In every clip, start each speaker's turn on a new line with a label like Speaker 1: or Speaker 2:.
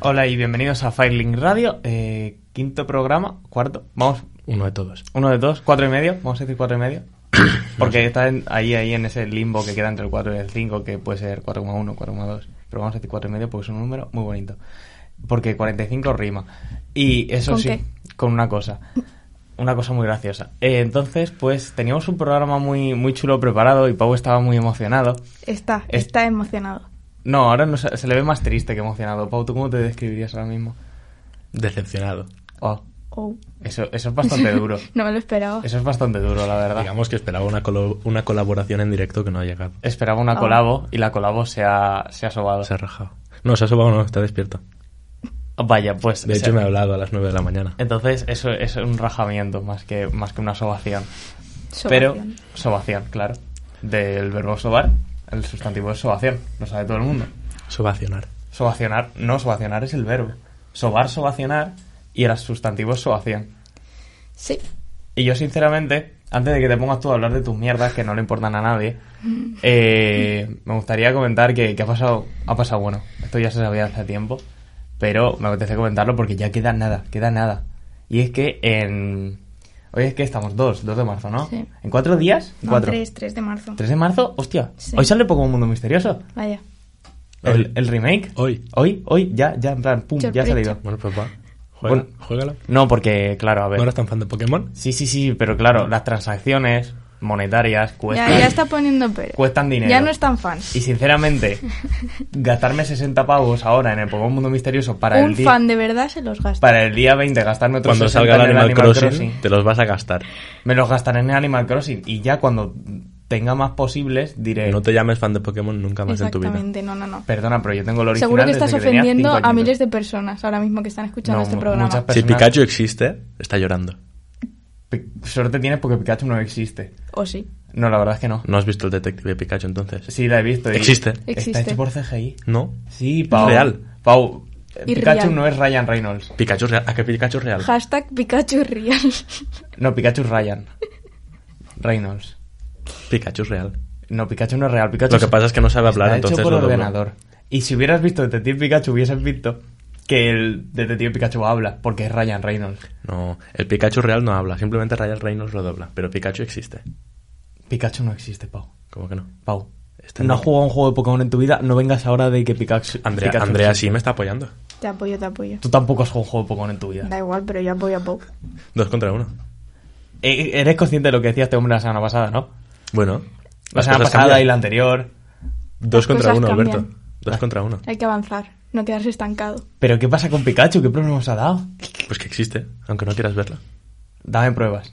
Speaker 1: Hola y bienvenidos a Firelink Radio, eh, quinto programa, cuarto, vamos,
Speaker 2: Uno de todos.
Speaker 1: uno de dos, cuatro y medio, vamos a decir cuatro y medio, porque está en- ahí, ahí en ese limbo que queda entre el 4 y el 5, que puede ser 4,1, 4,2, pero vamos a decir cuatro y medio porque es un número muy bonito, porque 45 rima, y eso
Speaker 3: ¿Con
Speaker 1: sí,
Speaker 3: qué?
Speaker 1: con una cosa, una cosa muy graciosa. Eh, entonces, pues teníamos un programa muy, muy chulo preparado y Pau estaba muy emocionado.
Speaker 3: Está,
Speaker 1: Es-
Speaker 3: está emocionado.
Speaker 1: No, ahora no, se se le ve más triste que emocionado. Pau, ¿tú cómo te describirías ahora mismo?
Speaker 2: Decepcionado.
Speaker 1: Oh.
Speaker 3: Oh.
Speaker 1: Eso, eso es bastante duro.
Speaker 3: No me lo esperaba.
Speaker 1: Eso es bastante duro, la verdad.
Speaker 2: Digamos que esperaba una, colo- una colaboración en directo que no ha llegado.
Speaker 1: Esperaba una
Speaker 3: Ah.
Speaker 1: colabo y la colabo se ha, se ha sobado.
Speaker 2: Se ha rajado. No, se ha sobado, no, está despierto.
Speaker 1: Vaya, pues.
Speaker 2: De
Speaker 1: se-
Speaker 2: hecho, me ha hablado a las 9 de la mañana.
Speaker 1: Entonces, eso es un rajamiento más que, más que una sobación. Pero,
Speaker 3: Sobación.
Speaker 1: sobación, claro. Del verbo sobar, el sustantivo es sobación. Lo sabe todo el mundo.
Speaker 2: Sobacionar.
Speaker 1: Sobacionar, no, sobacionar es el verbo. Sobar, sobacionar y el sustantivo es sobación.
Speaker 3: Sí.
Speaker 1: Y yo, sinceramente, antes de que te pongas tú a hablar de tus mierdas, que no le importan a nadie, eh, me gustaría comentar que, que ha pasado, ha pasado bueno. Esto ya se sabía hace tiempo, pero me apetece comentarlo porque ya queda nada, queda nada. Y es que en... Hoy es que estamos 2, 2 de marzo, ¿no?
Speaker 3: Sí.
Speaker 1: ¿En cuatro días?
Speaker 3: No,
Speaker 1: cuatro.
Speaker 3: 3, 3 de marzo.
Speaker 1: 3 de marzo? Hostia.
Speaker 3: Sí.
Speaker 1: Hoy sale poco un mundo misterioso.
Speaker 3: Vaya.
Speaker 1: El, el remake.
Speaker 2: Hoy.
Speaker 1: Hoy, hoy, ya, ya, en plan, pum, ya ha
Speaker 3: Sorpresa.
Speaker 1: salido.
Speaker 2: Bueno, pues va. Pues. Juega,
Speaker 1: Bueno.
Speaker 2: juégalo.
Speaker 1: No, porque, claro, a ver.
Speaker 2: ¿No eres tan fan de Pokémon?
Speaker 1: Sí, sí, sí, pero claro, las transacciones
Speaker 3: Mm.
Speaker 1: monetarias
Speaker 3: Ya,
Speaker 1: cuestan,
Speaker 3: ya está poniendo pero.
Speaker 1: Pues cuestan dinero.
Speaker 3: Ya no es tan fan.
Speaker 1: Y sinceramente, gastarme 60 pavos ahora en el Pokémon Mundo Misterioso para,
Speaker 3: Un
Speaker 1: el, día,
Speaker 3: fan de verdad se los gasta.
Speaker 1: para el día 20, gastarme otros
Speaker 2: Cuando
Speaker 1: 60
Speaker 2: salga el
Speaker 1: en
Speaker 2: Animal, Crossing, te los vas a gastar.
Speaker 1: me los gastaré en el Animal Crossing. Y ya cuando tenga más posibles, diré,
Speaker 2: No te llames fan de Pokémon nunca más en tu vida.
Speaker 3: Exactamente, no, no, no.
Speaker 1: perdona, pero yo tengo el original
Speaker 3: Seguro que
Speaker 1: desde
Speaker 3: estás
Speaker 1: tenía
Speaker 3: ofendiendo
Speaker 1: cinco
Speaker 3: a
Speaker 1: añitos".
Speaker 3: miles de personas ahora mismo que están escuchando
Speaker 1: No,
Speaker 3: este
Speaker 1: mu-
Speaker 3: programa.
Speaker 1: muchas
Speaker 2: Si
Speaker 1: Personal.
Speaker 2: Pikachu existe, está llorando.
Speaker 1: Pi- Suerte tienes porque Pikachu no existe.
Speaker 3: O sí.
Speaker 1: No, la verdad es que no.
Speaker 2: ¿No has visto el detective Pikachu entonces?
Speaker 1: Sí, la he visto. y-
Speaker 2: Existe.
Speaker 3: Existe.
Speaker 1: Está hecho por CGI.
Speaker 2: ¿No?
Speaker 1: Sí, Pau.
Speaker 2: Real.
Speaker 1: Pau, eh,
Speaker 3: Y
Speaker 1: Pikachu
Speaker 3: real.
Speaker 1: no es Ryan Reynolds.
Speaker 2: Pikachu es real. ¿A qué Pikachu es real?
Speaker 3: Hashtag Pikachu Real.
Speaker 1: No, Pikachu es Ryan. Reynolds.
Speaker 2: Pikachu es real.
Speaker 1: No, Pikachu no es real. Pikachu
Speaker 2: Lo que pasa es que no sabe hablar,
Speaker 1: está
Speaker 2: entonces
Speaker 1: hecho por
Speaker 2: lo dobló.
Speaker 1: ordenador. Y si hubieras visto Detective Pikachu, hubieses visto que el Detective Pikachu habla, porque es Ryan Reynolds.
Speaker 2: No, el Pikachu real no habla, simplemente Ryan Reynolds lo dobla, pero Pikachu existe.
Speaker 1: Pikachu no existe, Pau.
Speaker 2: ¿Cómo que Este no?
Speaker 1: Pau.
Speaker 2: Está
Speaker 1: no has
Speaker 2: en-
Speaker 1: jugado a un juego de Pokémon en tu vida, no vengas ahora de que Pikachu...
Speaker 2: Andrea,
Speaker 1: Pikachu
Speaker 2: Andrea
Speaker 1: existe.
Speaker 2: sí me está apoyando.
Speaker 3: Te apoyo, te apoyo.
Speaker 1: Tú tampoco has jugado a un juego de Pokémon en tu vida.
Speaker 3: Da igual, pero yo apoyo a Pau.
Speaker 2: Dos contra uno.
Speaker 1: E- Eres consciente de lo que decía este hombre la semana pasada, ¿no?
Speaker 2: Bueno,
Speaker 1: La
Speaker 2: las
Speaker 1: semana
Speaker 2: cosas
Speaker 1: pasada
Speaker 2: cambian.
Speaker 1: y la anterior.
Speaker 2: Dos
Speaker 3: Las
Speaker 2: contra
Speaker 3: cosas
Speaker 2: uno,
Speaker 3: cambian.
Speaker 2: Alberto. Dos contra uno.
Speaker 3: Hay que avanzar, no quedarse estancado.
Speaker 1: ¿Pero qué pasa con Pikachu? ¿Qué problemas ha dado?
Speaker 2: Pues que existe, aunque no quieras verla.
Speaker 1: Dame pruebas.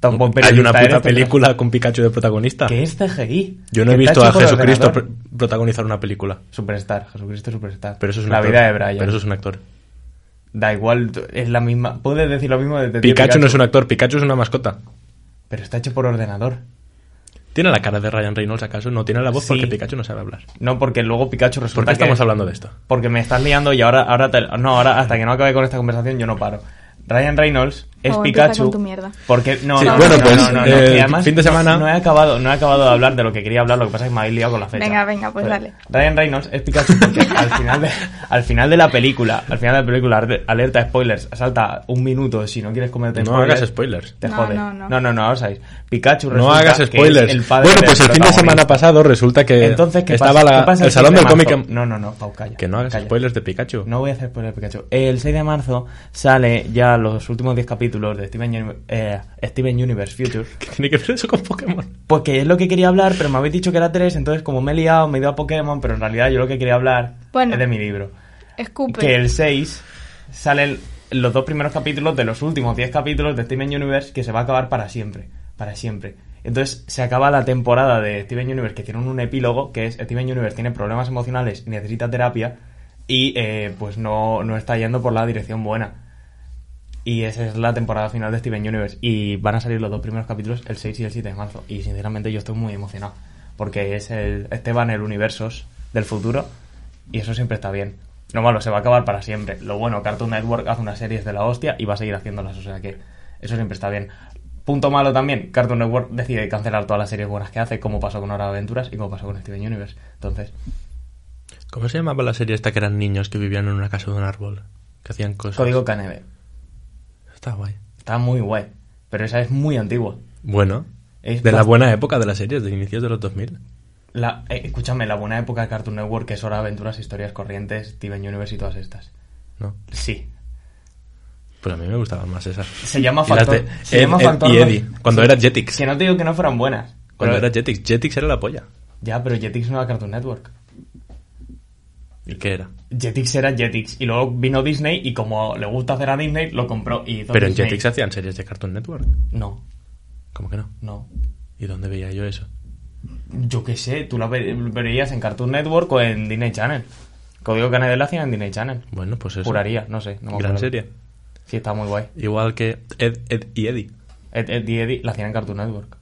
Speaker 1: Tan buen
Speaker 2: Hay una
Speaker 1: periodista ¿eh? eres,
Speaker 2: puta
Speaker 1: tan-
Speaker 2: película con Pikachu de protagonista.
Speaker 1: Que es CGI.
Speaker 2: Yo no he
Speaker 1: Que está
Speaker 2: visto a
Speaker 1: hecho por
Speaker 2: Jesucristo
Speaker 1: ordenador.
Speaker 2: pr- protagonizar una película.
Speaker 1: Superstar, Jesucristo Superstar.
Speaker 2: Pero eso es un
Speaker 1: La
Speaker 2: actor.
Speaker 1: vida de Brian.
Speaker 2: Pero eso es un actor.
Speaker 1: Da igual, t- es la misma. Puedes decir lo mismo de Detective
Speaker 2: Pikachu, no es un actor, Pikachu es una mascota.
Speaker 1: Pero está hecho por ordenador.
Speaker 2: ¿Tiene la cara de Ryan Reynolds acaso? No tiene la voz
Speaker 1: Sí.
Speaker 2: porque Pikachu no sabe hablar.
Speaker 1: No, porque luego Pikachu resulta
Speaker 2: ¿Por qué estamos
Speaker 1: que-
Speaker 2: hablando de esto?
Speaker 1: Porque me estás liando y ahora, ahora te- no, ahora hasta que no acabe con esta conversación yo no paro. Ryan Reynolds es
Speaker 3: Pau, empieza
Speaker 1: Pikachu.
Speaker 3: con tu mierda.
Speaker 1: Porque no,
Speaker 2: Sí,
Speaker 1: no, no,
Speaker 2: bueno,
Speaker 1: no,
Speaker 2: pues,
Speaker 1: no, no, no.
Speaker 2: eh,
Speaker 1: Y además,
Speaker 2: fin de semana-
Speaker 1: No, he acabado, no he acabado de hablar de lo que quería hablar, lo que pasa es que me habéis liado con la fecha.
Speaker 3: Venga, venga, pues
Speaker 1: Pero
Speaker 3: dale.
Speaker 1: Ryan Reynolds es Pikachu porque al final de, al final de la película, al final de la película, alerte- alerta spoilers, salta un minuto si no quieres comerte
Speaker 2: No
Speaker 1: spoilers.
Speaker 2: hagas spoilers.
Speaker 1: Te
Speaker 3: No,
Speaker 1: jode.
Speaker 3: no, no.
Speaker 1: no, ahora sabéis. Pikachu
Speaker 2: No
Speaker 1: resulta
Speaker 2: hagas
Speaker 1: que es
Speaker 2: spoilers.
Speaker 1: el padre
Speaker 2: bueno,
Speaker 1: del
Speaker 2: pues el fin de
Speaker 1: protagonista.
Speaker 2: semana pasado resulta que
Speaker 1: Entonces, ¿qué
Speaker 2: estaba
Speaker 1: pasa?
Speaker 2: la-
Speaker 1: ¿Qué pasa
Speaker 2: el
Speaker 1: el
Speaker 2: salón
Speaker 1: 6
Speaker 2: del
Speaker 1: de
Speaker 2: cómic.
Speaker 1: marzo?
Speaker 2: en-
Speaker 1: No, no, no, Pau, calla.
Speaker 2: Que no hagas
Speaker 1: calla.
Speaker 2: spoilers de Pikachu.
Speaker 1: No voy a hacer spoiler de Pikachu. El 6 de marzo sale ya los últimos 10 capítulos de Steven, Uni- eh, Steven Universe Future.
Speaker 2: ¿Qué tiene que ver eso con Pokémon?
Speaker 1: Porque es lo que quería hablar, pero me habéis dicho que era 3, entonces como me he liado, me he ido a Pokémon, pero en realidad yo lo que quería hablar
Speaker 3: Bueno.
Speaker 1: es de mi libro.
Speaker 3: Escupe.
Speaker 1: Que el 6 sale el- los dos primeros capítulos de los últimos 10 capítulos de Steven Universe que se va a acabar para siempre. Para siempre. Entonces se acaba la temporada de Steven Universe que tiene un epílogo que es Steven Universe tiene problemas emocionales y necesita terapia y eh, pues no, no está yendo por la dirección buena. Y esa es la temporada final de Steven Universe. Y van a salir los dos primeros capítulos el 6 y el 7 de marzo. Y sinceramente yo estoy muy emocionado. Porque es el Esteban el Universos del futuro. Y eso siempre está bien. Lo malo, se va a acabar para siempre. Lo bueno, Cartoon Network hace unas series de la hostia y va a seguir haciéndolas. O sea que eso siempre está bien. Punto malo también, Cartoon Network decide cancelar todas las series buenas que hace, como pasó con Hora de Aventuras y como pasó con Steven Universe. Entonces,
Speaker 2: ¿Cómo se llamaba la serie esta que eran niños que vivían en una casa de un árbol? Que hacían cosas.
Speaker 1: Código Caneve.
Speaker 2: Está guay.
Speaker 1: Está muy guay. Pero esa es muy antigua.
Speaker 2: Bueno.
Speaker 1: Es
Speaker 2: de la
Speaker 1: bast-
Speaker 2: buena época de las series, de inicios de los 2000.
Speaker 1: La, eh, escúchame, la buena época de Cartoon Network es Hora de Aventuras, Historias Corrientes, Steven Universe y todas estas.
Speaker 2: No.
Speaker 1: Sí.
Speaker 2: Pues a mí me gustaban más esas.
Speaker 1: Se llama
Speaker 2: Y las
Speaker 1: Factor,
Speaker 2: de
Speaker 1: se
Speaker 2: Ed,
Speaker 1: llama
Speaker 2: Ed
Speaker 1: factor
Speaker 2: y
Speaker 1: no-
Speaker 2: Eddie, cuando
Speaker 1: sí,
Speaker 2: era Jetix.
Speaker 1: Que no te digo que no fueran buenas.
Speaker 2: Cuando
Speaker 1: pero-
Speaker 2: era Jetix. Jetix era la polla.
Speaker 1: Ya, pero Jetix no era Cartoon Network.
Speaker 2: ¿Y qué era?
Speaker 1: Jetix era Jetix. Y luego vino Disney y como le gusta hacer a Disney, lo compró y hizo
Speaker 2: Pero en
Speaker 1: Disney.
Speaker 2: Jetix hacían series de Cartoon Network.
Speaker 1: No,
Speaker 2: ¿Cómo que no?
Speaker 1: no.
Speaker 2: ¿Y dónde veía yo eso?
Speaker 1: Yo qué sé, tú la ve- verías en Cartoon Network o en Disney Channel. Código Canadá la hacían en Disney Channel.
Speaker 2: Bueno, pues eso.
Speaker 1: Juraría, no sé. No me
Speaker 2: Gran
Speaker 1: acuerdo.
Speaker 2: serie.
Speaker 1: Sí, está muy guay.
Speaker 2: Igual que Ed, Ed y Eddie.
Speaker 1: Ed, Ed y Eddie la hacían en Cartoon Network.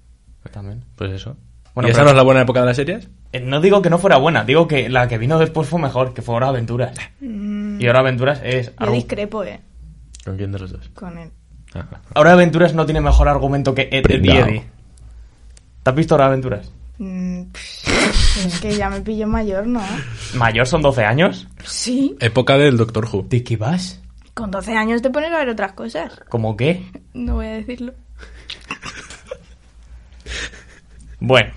Speaker 1: También.
Speaker 2: Pues eso.
Speaker 1: Bueno,
Speaker 2: ¿Y esa
Speaker 1: pero-
Speaker 2: no es la buena época de las series?
Speaker 1: Eh, No digo que no fuera buena, digo que la que vino después fue mejor, que fue Hora de Aventuras. Y Hora de Aventuras es...
Speaker 3: Yo
Speaker 1: argu-
Speaker 3: discrepo, eh,
Speaker 2: ¿Con quién de los dos?
Speaker 3: con él.
Speaker 2: Ajá.
Speaker 1: Hora de Aventuras no tiene mejor argumento que Ed, Ed y
Speaker 2: Pringao.
Speaker 1: Eddie. ¿Te has visto Hora de Aventuras?
Speaker 3: Mm, pff, es que ya me pillo mayor, ¿no?
Speaker 1: ¿Mayor son 12 años?
Speaker 3: Sí.
Speaker 2: Época del Doctor Who.
Speaker 1: ¿De qué vas?
Speaker 3: Con 12 años te pones a ver otras cosas.
Speaker 1: ¿Cómo qué?
Speaker 3: No voy a decirlo.
Speaker 1: Bueno,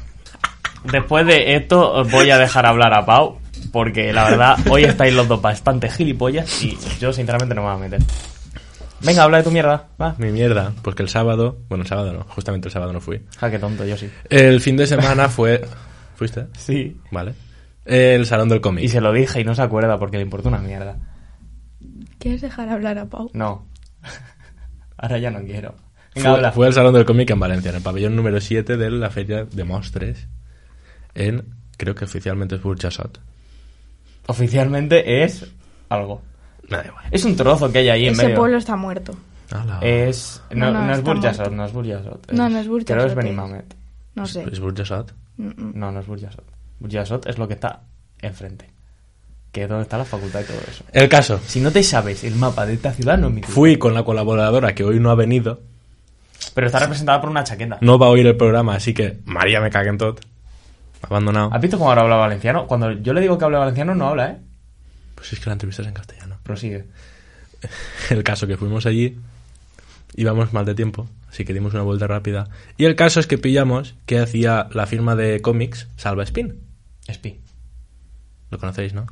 Speaker 1: después de esto os voy a dejar hablar a Pau, porque la verdad hoy estáis los dos bastante gilipollas y yo sinceramente no me voy a meter. Venga, habla de tu mierda, va.
Speaker 2: Mi mierda, porque el sábado... Bueno, el sábado no, justamente el sábado no fui.
Speaker 1: Ja, qué tonto, yo sí.
Speaker 2: El fin de semana fue... ¿Fuiste?
Speaker 1: Sí.
Speaker 2: Vale. El Salón del
Speaker 1: Y
Speaker 2: Cómic.
Speaker 1: se lo dije y no se acuerda porque le importa una mierda.
Speaker 3: ¿Quieres dejar hablar a Pau?
Speaker 1: No. Ahora ya no quiero. Venga,
Speaker 2: Fue,
Speaker 1: habla.
Speaker 2: fue el Salón del Cómic en Valencia, en el pabellón número 7 de la Feria de Mostres, en, creo que oficialmente es Burchasot.
Speaker 1: Oficialmente es algo.
Speaker 2: Nada, igual.
Speaker 1: Es un trozo que hay ahí en
Speaker 3: Ese
Speaker 1: medio.
Speaker 3: pueblo está muerto.
Speaker 2: Ala.
Speaker 1: Es. No,
Speaker 3: No, no,
Speaker 1: no es
Speaker 3: está
Speaker 1: Burjasot,
Speaker 3: muerto.
Speaker 1: no es Burjasot.
Speaker 3: No, no es Burjasot,
Speaker 1: Creo que es
Speaker 3: eh.
Speaker 1: Benimamet.
Speaker 3: No
Speaker 1: Pues,
Speaker 3: sé.
Speaker 2: ¿Es Burchasot?
Speaker 3: Mm, mm.
Speaker 1: No, no es Burjasot. Burjasot es lo que está enfrente. Que es donde está la facultad y todo eso.
Speaker 2: El caso.
Speaker 1: Si no te sabes el mapa de esta ciudad, no es mi tío.
Speaker 2: Fui con la colaboradora que hoy no ha venido,
Speaker 1: Pero está representada por una chaqueta.
Speaker 2: no va a oír el programa, así que María me caguen todo. Abandonado.
Speaker 1: ¿Has visto cómo ahora habla valenciano? Cuando yo le digo que habla valenciano, no habla, ¿eh?
Speaker 2: Pues es que la entrevista es en castellano.
Speaker 1: Prosigue.
Speaker 2: El caso que fuimos allí, íbamos mal de tiempo, así que dimos una vuelta rápida. Y el caso es que pillamos que hacía la firma de cómics Salva Spin.
Speaker 1: Espi.
Speaker 2: Lo conocéis, ¿no?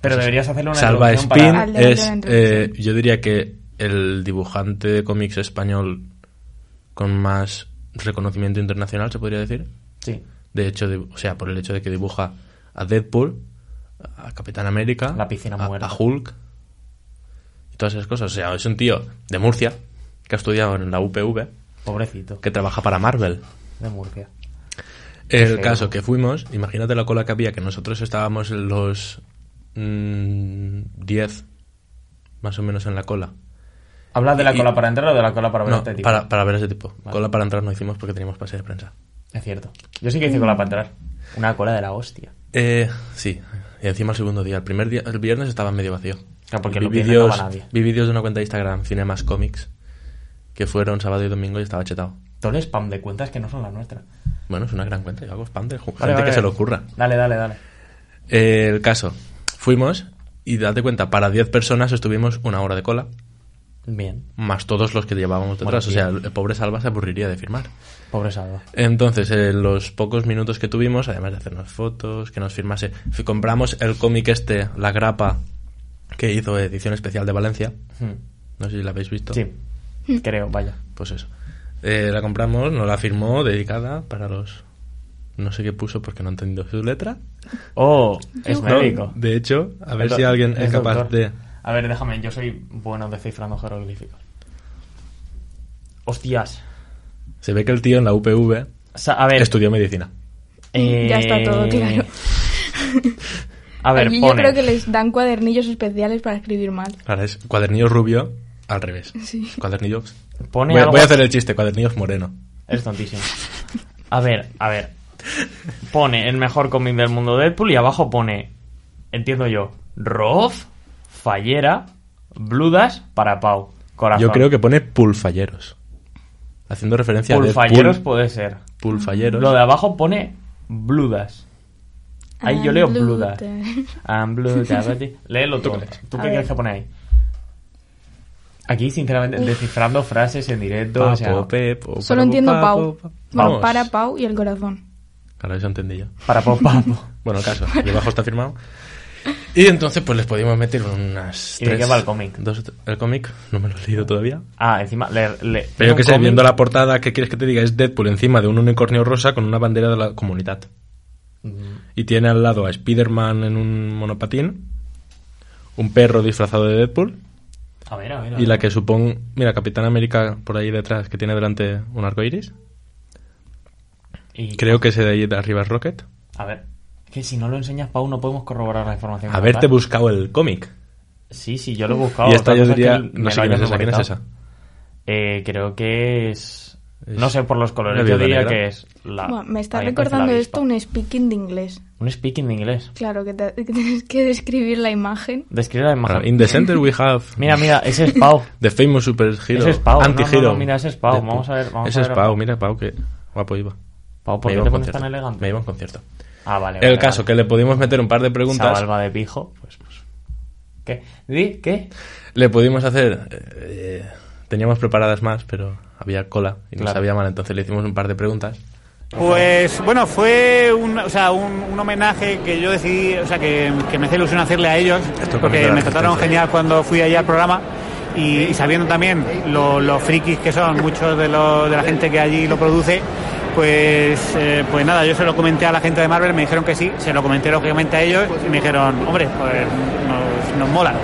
Speaker 1: Pero deberías hacerle una
Speaker 2: Salva
Speaker 1: introducción
Speaker 2: Spin
Speaker 1: para-
Speaker 3: Al de
Speaker 2: es,
Speaker 3: la introducción.
Speaker 2: eh, yo diría que el dibujante de cómics español con más reconocimiento internacional, se podría decir.
Speaker 1: Sí.
Speaker 2: De hecho, di- o sea, por el hecho de que dibuja a Deadpool, a Capitán América,
Speaker 1: La piscina
Speaker 2: a,
Speaker 1: muerta.
Speaker 2: a Hulk y todas esas cosas. O sea, es un tío de Murcia que ha estudiado en la UPV,
Speaker 1: Pobrecito.
Speaker 2: que trabaja para Marvel.
Speaker 1: De Murcia.
Speaker 2: El
Speaker 1: feo.
Speaker 2: caso que fuimos, imagínate la cola que había, que nosotros estábamos los mm, 10 más o menos en la cola.
Speaker 1: ¿Hablas de la
Speaker 2: Y-
Speaker 1: cola para entrar o de la cola para ver
Speaker 2: No,
Speaker 1: este tipo?
Speaker 2: para, para ver ese tipo. Cola para entrar no hicimos porque teníamos pase de prensa.
Speaker 1: Es cierto. Yo sí que hice cola para entrar. Una cola de la hostia.
Speaker 2: Eh, sí, y encima el segundo día. El primer día, el viernes estaba medio vacío.
Speaker 1: Claro, Ah, porque
Speaker 2: vi
Speaker 1: los viernes no
Speaker 2: vídeos-
Speaker 1: va nadie.
Speaker 2: Vi vídeos de una cuenta de Instagram, Cinemas Comics, que fueron sábado y domingo y estaba chetado.
Speaker 1: Todo el spam de cuentas que no son las nuestras.
Speaker 2: Bueno, es una gran cuenta, yo hago spam de ju- gente
Speaker 1: Vale, vale.
Speaker 2: que se lo ocurra.
Speaker 1: Dale, dale, dale.
Speaker 2: Eh, el caso, fuimos y date cuenta, para 10 personas estuvimos una hora de cola,
Speaker 1: Bien.
Speaker 2: más todos los que llevábamos
Speaker 1: Bueno,
Speaker 2: detrás. o sea, el, el pobre Salva se aburriría de firmar.
Speaker 1: Pobre Salva.
Speaker 2: Entonces, en los pocos minutos que tuvimos, además de hacernos fotos, que nos firmase, f- compramos el cómic este, La Grapa, que hizo Edición Especial de Valencia.
Speaker 1: Hmm.
Speaker 2: No sé si la habéis visto.
Speaker 1: Sí. Creo, vaya.
Speaker 2: Pues eso. Eh, la compramos, nos la firmó, dedicada para los... No sé qué puso porque no he entendido su letra.
Speaker 1: Oh, es
Speaker 2: No,
Speaker 1: médico.
Speaker 2: de hecho, a ver
Speaker 1: Es do-
Speaker 2: si alguien es
Speaker 1: es
Speaker 2: capaz
Speaker 1: doctor.
Speaker 2: de...
Speaker 1: A ver, déjame, yo soy bueno descifrando jeroglíficos. Hostias.
Speaker 2: Se ve que el tío en la UPV
Speaker 1: O sea, a ver.
Speaker 2: estudió medicina.
Speaker 1: eh,
Speaker 3: Ya está todo claro.
Speaker 1: A ver,
Speaker 3: Allí
Speaker 1: pone.
Speaker 3: yo creo que les dan cuadernillos especiales para escribir mal.
Speaker 2: Ahora es cuadernillos rubio al revés.
Speaker 3: Sí.
Speaker 2: Cuadernillos.
Speaker 1: pone
Speaker 2: Voy,
Speaker 1: algo-
Speaker 2: voy a hacer el chiste, cuadernillos moreno.
Speaker 1: Es tontísimo. A ver, a ver. Pone el mejor cómic del mundo Deadpool y abajo pone, entiendo yo, Roth, Fallera, Bludas para Pau. Corazón.
Speaker 2: Yo creo que pone pulfalleros. Haciendo referencia
Speaker 1: Pulfalleros
Speaker 2: a Deadpool.
Speaker 1: puede ser.
Speaker 2: Pulfalleros.
Speaker 1: Lo de abajo pone Bludas. Ahí yo leo Bludas. I'm blue, cavity. Léelo tú.
Speaker 2: ¿Tú crees?
Speaker 1: ¿Tú
Speaker 3: A
Speaker 1: qué
Speaker 3: ver.
Speaker 1: crees que pone ahí? Aquí, sinceramente, descifrando frases en directo. o sea,
Speaker 2: Papo, pepo,
Speaker 3: Solo
Speaker 2: papo,
Speaker 3: entiendo Pau.
Speaker 2: papo, papo.
Speaker 3: Bueno,
Speaker 2: Vamos.
Speaker 3: para Pau y el corazón.
Speaker 2: Claro, eso entendí yo.
Speaker 1: para Pau Papo.
Speaker 2: Bueno, el caso, debajo está firmado. Y entonces, pues les podíamos meter unas.
Speaker 1: ¿Y de
Speaker 2: tres-
Speaker 1: qué va el cómic?
Speaker 2: dos o tre- el cómic, no me lo he leído todavía.
Speaker 1: Ah, encima, le, le-
Speaker 2: Pero yo
Speaker 1: un
Speaker 2: que sé,
Speaker 1: cómic.
Speaker 2: viendo la portada, ¿qué quieres que te diga? Es Deadpool encima de un unicornio rosa con una bandera de la comunidad.
Speaker 1: Mm,
Speaker 2: Y tiene al lado a Spider-Man en un monopatín, un perro disfrazado de Deadpool
Speaker 1: A ver, a ver. a
Speaker 2: y
Speaker 1: ver.
Speaker 2: la que supongo. Mira, Capitán América por ahí detrás que tiene delante un arco iris.
Speaker 1: Y-
Speaker 2: Creo que ese de ahí de arriba es Rocket.
Speaker 1: A ver. Es que si no lo enseñas, Pau, no podemos corroborar la información.
Speaker 2: Haberte
Speaker 1: Tal.
Speaker 2: buscado el cómic.
Speaker 1: Sí, sí, yo lo he buscado.
Speaker 2: y esta
Speaker 1: Otra
Speaker 2: yo
Speaker 1: cosa es
Speaker 2: diría.
Speaker 1: que me
Speaker 2: no sé
Speaker 1: lo
Speaker 2: quién es
Speaker 1: hayas
Speaker 2: esa. ¿Quién es
Speaker 1: memorizado.
Speaker 2: esa?
Speaker 1: Eh, creo que es...
Speaker 2: Es
Speaker 1: No sé por los
Speaker 2: una
Speaker 1: colores, yo
Speaker 2: viuda
Speaker 1: diría
Speaker 2: negra.
Speaker 1: que es la...
Speaker 3: Buah, me está
Speaker 1: ahí aparece la
Speaker 3: recordando
Speaker 1: avispa.
Speaker 3: esto un speaking de inglés.
Speaker 1: Un speaking de inglés.
Speaker 3: Claro, que, te- que tienes que describir la imagen.
Speaker 1: Describe la imagen.
Speaker 2: Bueno, in the center we have.
Speaker 1: Mira, mira, ese es Pau.
Speaker 2: The famous superhero.
Speaker 1: Ese es Pau, no,
Speaker 2: Antihero.
Speaker 1: no, no, mira, ese es Pau,
Speaker 2: Deadpool.
Speaker 1: vamos a ver, vamos
Speaker 2: ese
Speaker 1: a
Speaker 2: es
Speaker 1: ver.
Speaker 2: Pau, mira Pau, que guapo iba.
Speaker 1: Pau, ¿por qué
Speaker 2: Me iba a
Speaker 1: te pones
Speaker 2: un concierto.
Speaker 1: tan elegante?
Speaker 2: Me iba a un concierto.
Speaker 1: Ah, vale,
Speaker 2: el
Speaker 1: vale,
Speaker 2: caso,
Speaker 1: vale.
Speaker 2: que le pudimos meter un par de
Speaker 1: Esa
Speaker 2: preguntas.
Speaker 1: barba de pijo. Pues, pues. ¿Qué? ¿Di? ¿Qué?
Speaker 2: Le pudimos hacer. eh, eh, teníamos preparadas más, pero había cola y no
Speaker 1: Claro.
Speaker 2: sabía mal, entonces le hicimos un par de preguntas.
Speaker 4: Pues bueno, fue un, o sea, un, un homenaje que yo decidí, o sea, que, que me hace ilusión hacerle a ellos,
Speaker 2: Esto
Speaker 4: porque
Speaker 2: comenta la
Speaker 4: me trataron
Speaker 2: resistencia.
Speaker 4: genial cuando fui allá al programa y, y sabiendo también lo, los frikis que son muchos de, los- de la gente que allí lo produce, pues, eh, pues nada, yo se lo comenté a la gente de Marvel, me dijeron que sí, se lo comenté lógicamente a ellos y me dijeron, hombre, pues nos, nos mola.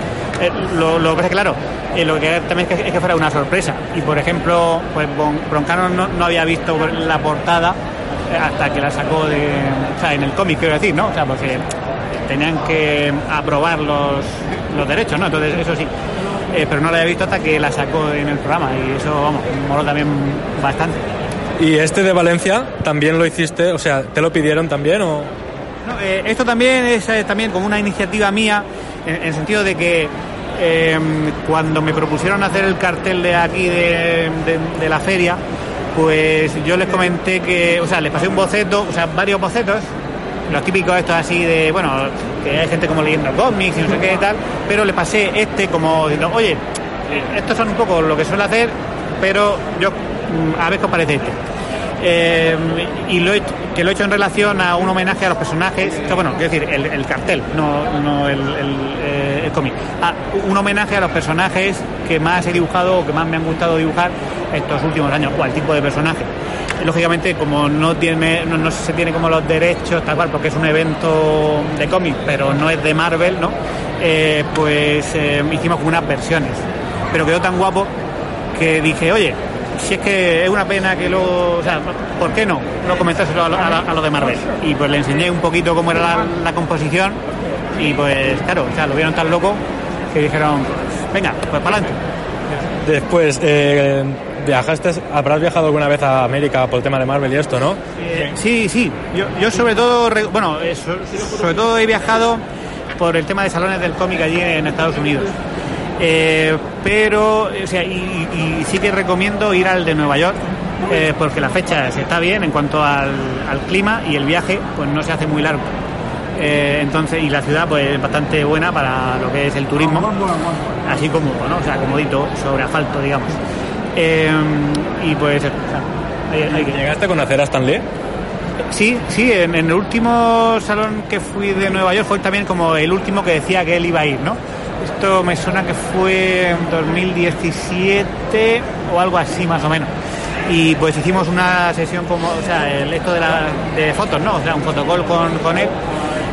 Speaker 4: Eh, lo, lo que pasa es que, claro, eh, lo que quería también es que, es que fuera una sorpresa. Y por ejemplo, pues Bon- Broncano no, no había visto la portada eh, hasta que la sacó de, o sea, en el cómic, quiero decir, ¿no? O sea, porque tenían que aprobar los, los derechos, ¿no? Entonces, eso sí. Eh, pero no la había visto hasta que la sacó en el programa y eso, vamos, moló también bastante.
Speaker 2: Y este de Valencia también lo hiciste, o sea, ¿te lo pidieron también o.?
Speaker 4: No, eh, esto también es eh, también como una iniciativa mía, en, en el sentido de que eh, cuando me propusieron hacer el cartel de aquí de, de- de la feria, pues yo les comenté que, o sea, les pasé un boceto, o sea, varios bocetos, los típicos estos así de, bueno, que hay gente como leyendo cómics y no sé qué y tal, pero les pasé este como diciendo, oye, eh, estos son un poco lo que suelo hacer, pero yo, mm, a ver qué os parece este. Eh, y lo he, que lo he hecho en relación a un homenaje a los personajes, o sea, bueno, quiero decir, el, el cartel, no, no el, el, eh, el cómic. A- un homenaje a los personajes que más he dibujado o que más me han gustado dibujar estos últimos años, o al tipo de personaje. Lógicamente, como no, tiene, no, no se tiene como los derechos, tal cual, porque es un evento de cómic, pero no es de Marvel, ¿no? Eh, pues eh, hicimos como unas versiones. Pero quedó tan guapo que dije, oye, si es que es una pena que lo... O sea, ¿por qué no? No comentárselo a, lo- a la- a los de Marvel. Y pues le enseñé un poquito cómo era la, la composición y pues claro, o sea, lo vieron tan loco que dijeron, venga, pues para adelante.
Speaker 2: Después, eh, viajaste, habrás viajado alguna vez a América por el tema de Marvel y esto, ¿no?
Speaker 4: Eh, sí, sí. Yo, yo sobre todo, re- bueno, eh, so- sobre todo he viajado por el tema de salones del cómic allí en Estados Unidos. Eh, pero, o sea, y, y- y sí que recomiendo ir al de Nueva York, eh, porque la fecha se está bien en cuanto al, al clima y el viaje, pues no se hace muy largo. Eh, entonces, y la ciudad, pues es bastante buena para lo que es el turismo, así como, ¿no? O sea, comodito, sobre asfalto, digamos. Eh, y pues, o sea, hay- hay que-
Speaker 2: ¿Llegaste a conocer a Stan Lee?
Speaker 4: Sí, sí, en, en el último salón que fui de Nueva York fue también como el último que decía que él iba a ir, ¿no? Esto me suena que fue en 2017 o algo así más o menos. Y pues hicimos una sesión como, o sea, el, esto de, la, de fotos, ¿no? O sea, un fotocall con, con él.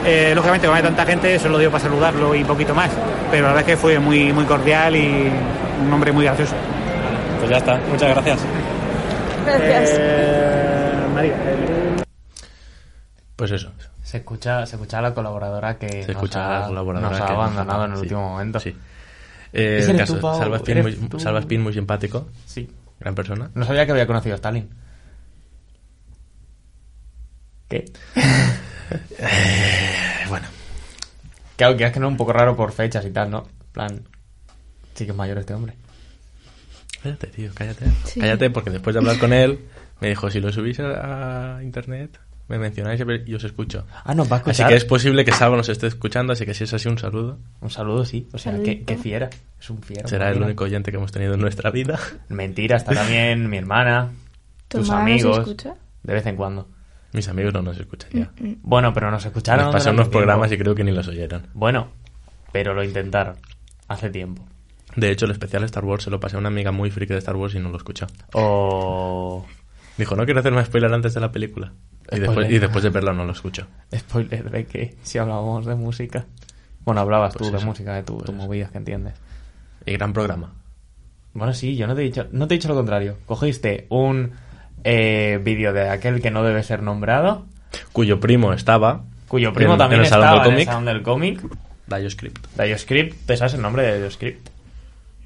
Speaker 4: eh, lógicamente, como hay tanta gente, solo dio para saludarlo y poquito más. Pero la verdad es que fue muy, muy cordial y un hombre muy gracioso.
Speaker 5: Pues ya está, muchas gracias.
Speaker 3: Gracias.
Speaker 4: Eh, María.
Speaker 2: Pues eso.
Speaker 1: Se escucha, se escucha a la colaboradora que
Speaker 2: Se
Speaker 1: nos
Speaker 2: escucha
Speaker 1: ha,
Speaker 2: la colaboradora.
Speaker 1: nos ha
Speaker 2: que nos
Speaker 1: abandonado en el
Speaker 2: sí,
Speaker 1: último momento.
Speaker 2: Sí. Eh,
Speaker 1: Ese
Speaker 2: el
Speaker 1: eres
Speaker 2: caso,
Speaker 1: tú, Pau,
Speaker 2: Salva Spin
Speaker 1: eres
Speaker 2: muy-
Speaker 1: tú.
Speaker 2: Salva Spin muy simpático,
Speaker 1: Sí.
Speaker 2: gran persona.
Speaker 1: No sabía que había conocido a Stalin. ¿Qué?
Speaker 2: bueno.
Speaker 1: Claro, que es que no es un poco raro por fechas y tal, ¿no? En plan, sí que es mayor este hombre.
Speaker 2: Cállate, tío, cállate.
Speaker 3: Sí.
Speaker 2: Cállate, porque después de hablar con él, me dijo, si lo subís a, a internet, me mencionáis y os escucho.
Speaker 1: Ah, nos va a
Speaker 2: Así
Speaker 1: escuchar.
Speaker 2: que es posible que Salva nos esté escuchando, así que si es así, un saludo.
Speaker 1: Un saludo, sí. O sea, qué,
Speaker 3: Saludito.
Speaker 1: qué fiera. Es un fiero.
Speaker 2: Será el
Speaker 1: imagina.
Speaker 2: único oyente que hemos tenido en nuestra vida.
Speaker 1: Mentira, está también mi hermana,
Speaker 3: ¿Tu
Speaker 1: tus
Speaker 3: hermana nos
Speaker 1: amigos.
Speaker 3: escucha? Mm.
Speaker 1: De vez en cuando.
Speaker 2: Mis amigos no nos escuchan ya.
Speaker 6: Mm,
Speaker 1: Bueno, pero nos escucharon.
Speaker 2: Nos pasaron
Speaker 1: durante
Speaker 2: unos programas y
Speaker 1: tiempo.
Speaker 2: creo que ni los oyeron.
Speaker 1: Bueno, pero lo intentaron. Hace tiempo.
Speaker 2: De hecho, el especial Star Wars se lo pasé a una amiga muy friki de Star Wars y no lo escuchó.
Speaker 1: O.
Speaker 2: Dijo, no quiero hacer más spoiler antes de la película. Y después,
Speaker 1: Spoiler.
Speaker 2: y después de verla no lo escucho.
Speaker 1: Spoiler de que si hablábamos de música. Bueno, hablabas
Speaker 2: Pues
Speaker 1: tú de
Speaker 2: eso,
Speaker 1: música, de tu,
Speaker 2: pues
Speaker 1: tus
Speaker 2: eso.
Speaker 1: movidas, que entiendes.
Speaker 2: Y gran programa.
Speaker 1: Bueno, sí, yo no te he dicho, no te he dicho lo contrario. Cogiste un eh, vídeo de aquel que no debe ser nombrado,
Speaker 2: Cuyo primo estaba...
Speaker 1: cuyo primo también
Speaker 2: el Salón
Speaker 1: estaba
Speaker 2: del
Speaker 1: en el
Speaker 2: Cómic.
Speaker 1: Salón del cómic.
Speaker 2: Dioscript.
Speaker 1: Dioscript, ¿te sabes el nombre de Dioscript?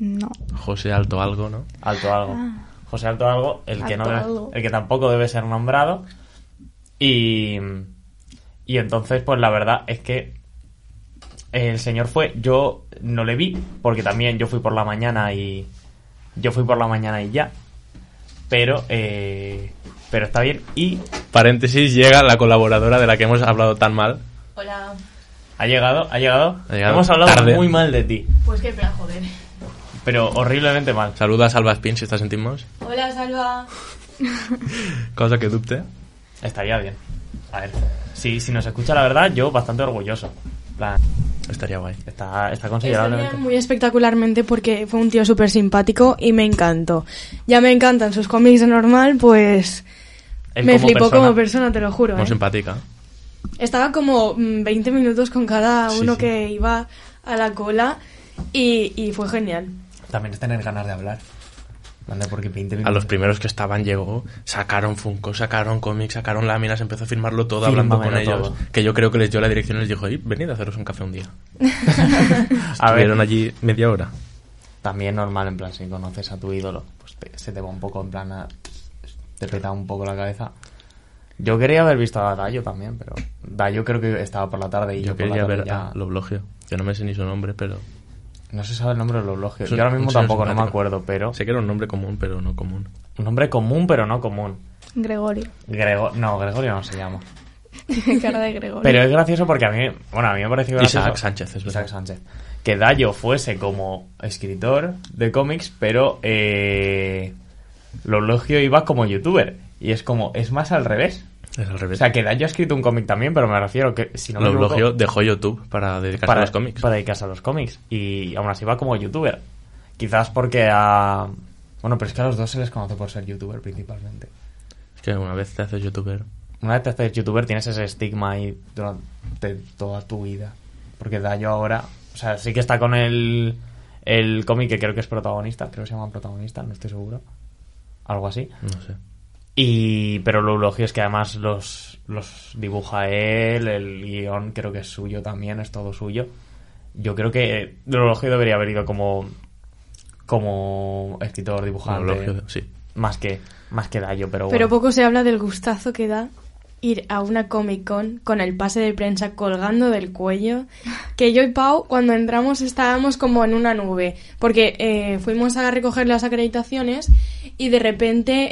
Speaker 3: No.
Speaker 2: José Alto algo, ¿no?
Speaker 1: Alto algo.
Speaker 3: Ah.
Speaker 1: José Alto algo, el que, no
Speaker 3: Alto
Speaker 1: debe-
Speaker 3: algo.
Speaker 1: el que tampoco debe ser nombrado. Y, y entonces, pues la verdad es que el señor fue, yo no le vi, porque también yo fui por la mañana y yo fui por la mañana y ya. Pero, eh, pero está bien. Y
Speaker 2: Paréntesis, llega la colaboradora de la que hemos hablado tan mal.
Speaker 7: Hola,
Speaker 1: ha llegado, ha llegado.
Speaker 2: Ha llegado
Speaker 1: Hemos hablado
Speaker 2: tarde.
Speaker 1: muy mal de ti,
Speaker 7: pues qué plan, joder.
Speaker 1: pero horriblemente mal.
Speaker 2: Saluda a Salva Spin si estás en Timos.
Speaker 7: Hola, Salva.
Speaker 2: Cosa que dubte.
Speaker 1: Estaría bien. A ver, si, si nos escucha la verdad, yo bastante orgulloso. En plan,
Speaker 2: Estaría guay.
Speaker 1: Está, está
Speaker 7: Estoy
Speaker 1: considerablemente.
Speaker 7: bien.
Speaker 6: Muy espectacularmente porque fue un tío súper simpático y me encantó. Ya me encantan sus cómics de normal, pues
Speaker 1: Él
Speaker 6: me
Speaker 1: como
Speaker 6: flipó
Speaker 1: persona.
Speaker 6: como persona, te lo juro.
Speaker 2: Muy
Speaker 6: ¿eh?
Speaker 2: simpática.
Speaker 6: Estaba como mm, 20 minutos con cada
Speaker 2: Sí,
Speaker 6: uno
Speaker 2: sí.
Speaker 6: que iba a la cola y, y fue genial.
Speaker 1: También es tener ganas de hablar. Manda porque 20
Speaker 2: A
Speaker 1: minutos.
Speaker 2: los primeros que estaban llegó, sacaron Funko, sacaron cómics, sacaron láminas, empezó a firmarlo todo hablando con
Speaker 1: Fírmamelo
Speaker 2: ellos.
Speaker 1: todo.
Speaker 2: Que yo creo que les dio la dirección y les dijo, "Ey, venid a haceros un café un día.
Speaker 1: A ver,
Speaker 2: Estuvieron allí media hora.
Speaker 1: también normal, en plan, si conoces a tu ídolo, pues te- se te va un poco, en plan, a- te peta un poco la cabeza. Yo quería haber visto a Dayo también, pero Dayo creo que estaba por la tarde y yo,
Speaker 2: Yo
Speaker 1: por la
Speaker 2: quería
Speaker 1: tarde
Speaker 2: ver
Speaker 1: ya-
Speaker 2: a Loblogio, que no me sé ni su nombre, pero...
Speaker 1: No se sabe el nombre de los blogs.
Speaker 2: es
Speaker 1: Yo ahora
Speaker 2: un
Speaker 1: mismo
Speaker 2: señor
Speaker 1: tampoco, no me
Speaker 2: simpático.
Speaker 1: acuerdo, pero...
Speaker 2: Sé que era un nombre común, pero no común.
Speaker 1: Un nombre común, pero no común.
Speaker 3: Gregorio.
Speaker 1: Grego... No, Gregorio no se llama.
Speaker 3: Tiene cara de Gregorio.
Speaker 1: Pero es gracioso porque a mí, bueno, a mí me pareció gracioso.
Speaker 2: Isaac Sánchez, es verdad.
Speaker 1: Isaac Sánchez. Que Dayo fuese como escritor de cómics, pero eh, Lologio iba como youtuber. Y es como, es más al revés.
Speaker 2: Es al
Speaker 1: O
Speaker 2: revés.
Speaker 1: sea, que Dayo ha escrito un cómic también, pero me refiero que, si no me equivoco,
Speaker 2: Loblogio dejó YouTube para dedicarse
Speaker 1: para,
Speaker 2: a los cómics.
Speaker 1: para dedicarse a los cómics. Y aún así va como youtuber. Quizás porque a... Bueno, pero es que a los dos se les conoce por ser youtuber principalmente.
Speaker 2: Es que una vez te haces youtuber...
Speaker 1: Una vez te haces youtuber tienes ese estigma ahí durante toda tu vida. Porque Dayo ahora, o sea, sí que está con el, el cómic que creo que es protagonista, creo que se llama protagonista, no estoy seguro. Algo así.
Speaker 2: No sé.
Speaker 1: Y pero lo elogio es que además los, los dibuja él, el guión creo que es suyo también, es todo suyo. Yo creo que eh, lo elogio debería haber ido como como escritor dibujante
Speaker 2: Loblogio, sí.
Speaker 1: más que más que Dayo, pero, bueno.
Speaker 6: Pero poco se habla del gustazo que da ir a una Comic Con con el pase de prensa colgando del cuello. Que yo y Pau, cuando entramos, estábamos como en una nube. Porque eh, fuimos a recoger las acreditaciones y de repente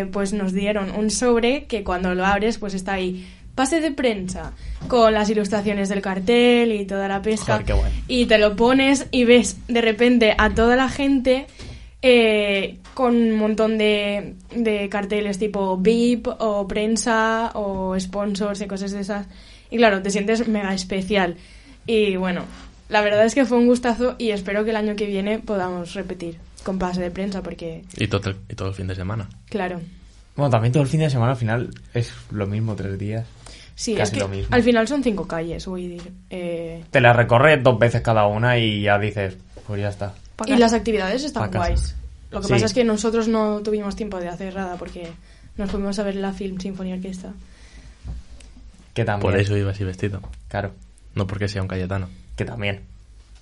Speaker 6: eh, pues nos dieron un sobre que cuando lo abres pues está ahí. Pase de prensa con las ilustraciones del cartel y toda la pesca.
Speaker 1: Joder, qué guay.
Speaker 6: Y te lo pones y ves de repente a toda la gente eh, con un montón de, de carteles tipo VIP o prensa o sponsors y cosas de esas. Y claro, te sientes mega especial. Y bueno, la verdad es que fue un gustazo y espero que el año que viene podamos repetir con pase de prensa porque,
Speaker 2: Y todo, el, y todo el fin de semana.
Speaker 6: claro.
Speaker 1: Bueno, también todo el fin de semana al final es lo mismo, tres días.
Speaker 6: Sí,
Speaker 1: Casi
Speaker 6: es que
Speaker 1: lo mismo.
Speaker 6: al final son cinco calles, voy a decir. eh,
Speaker 1: Te la recorres dos veces cada una y ya dices, pues ya está.
Speaker 6: y las actividades
Speaker 1: Pa'
Speaker 6: están
Speaker 1: casa.
Speaker 6: guays. Lo que
Speaker 1: Sí.
Speaker 6: pasa es que nosotros no tuvimos tiempo de hacer nada porque nos fuimos a ver la Film Sinfonía Orquesta.
Speaker 1: Que también.
Speaker 2: Por eso iba así vestido.
Speaker 1: Claro.
Speaker 2: No porque sea un Cayetano.
Speaker 1: Que también.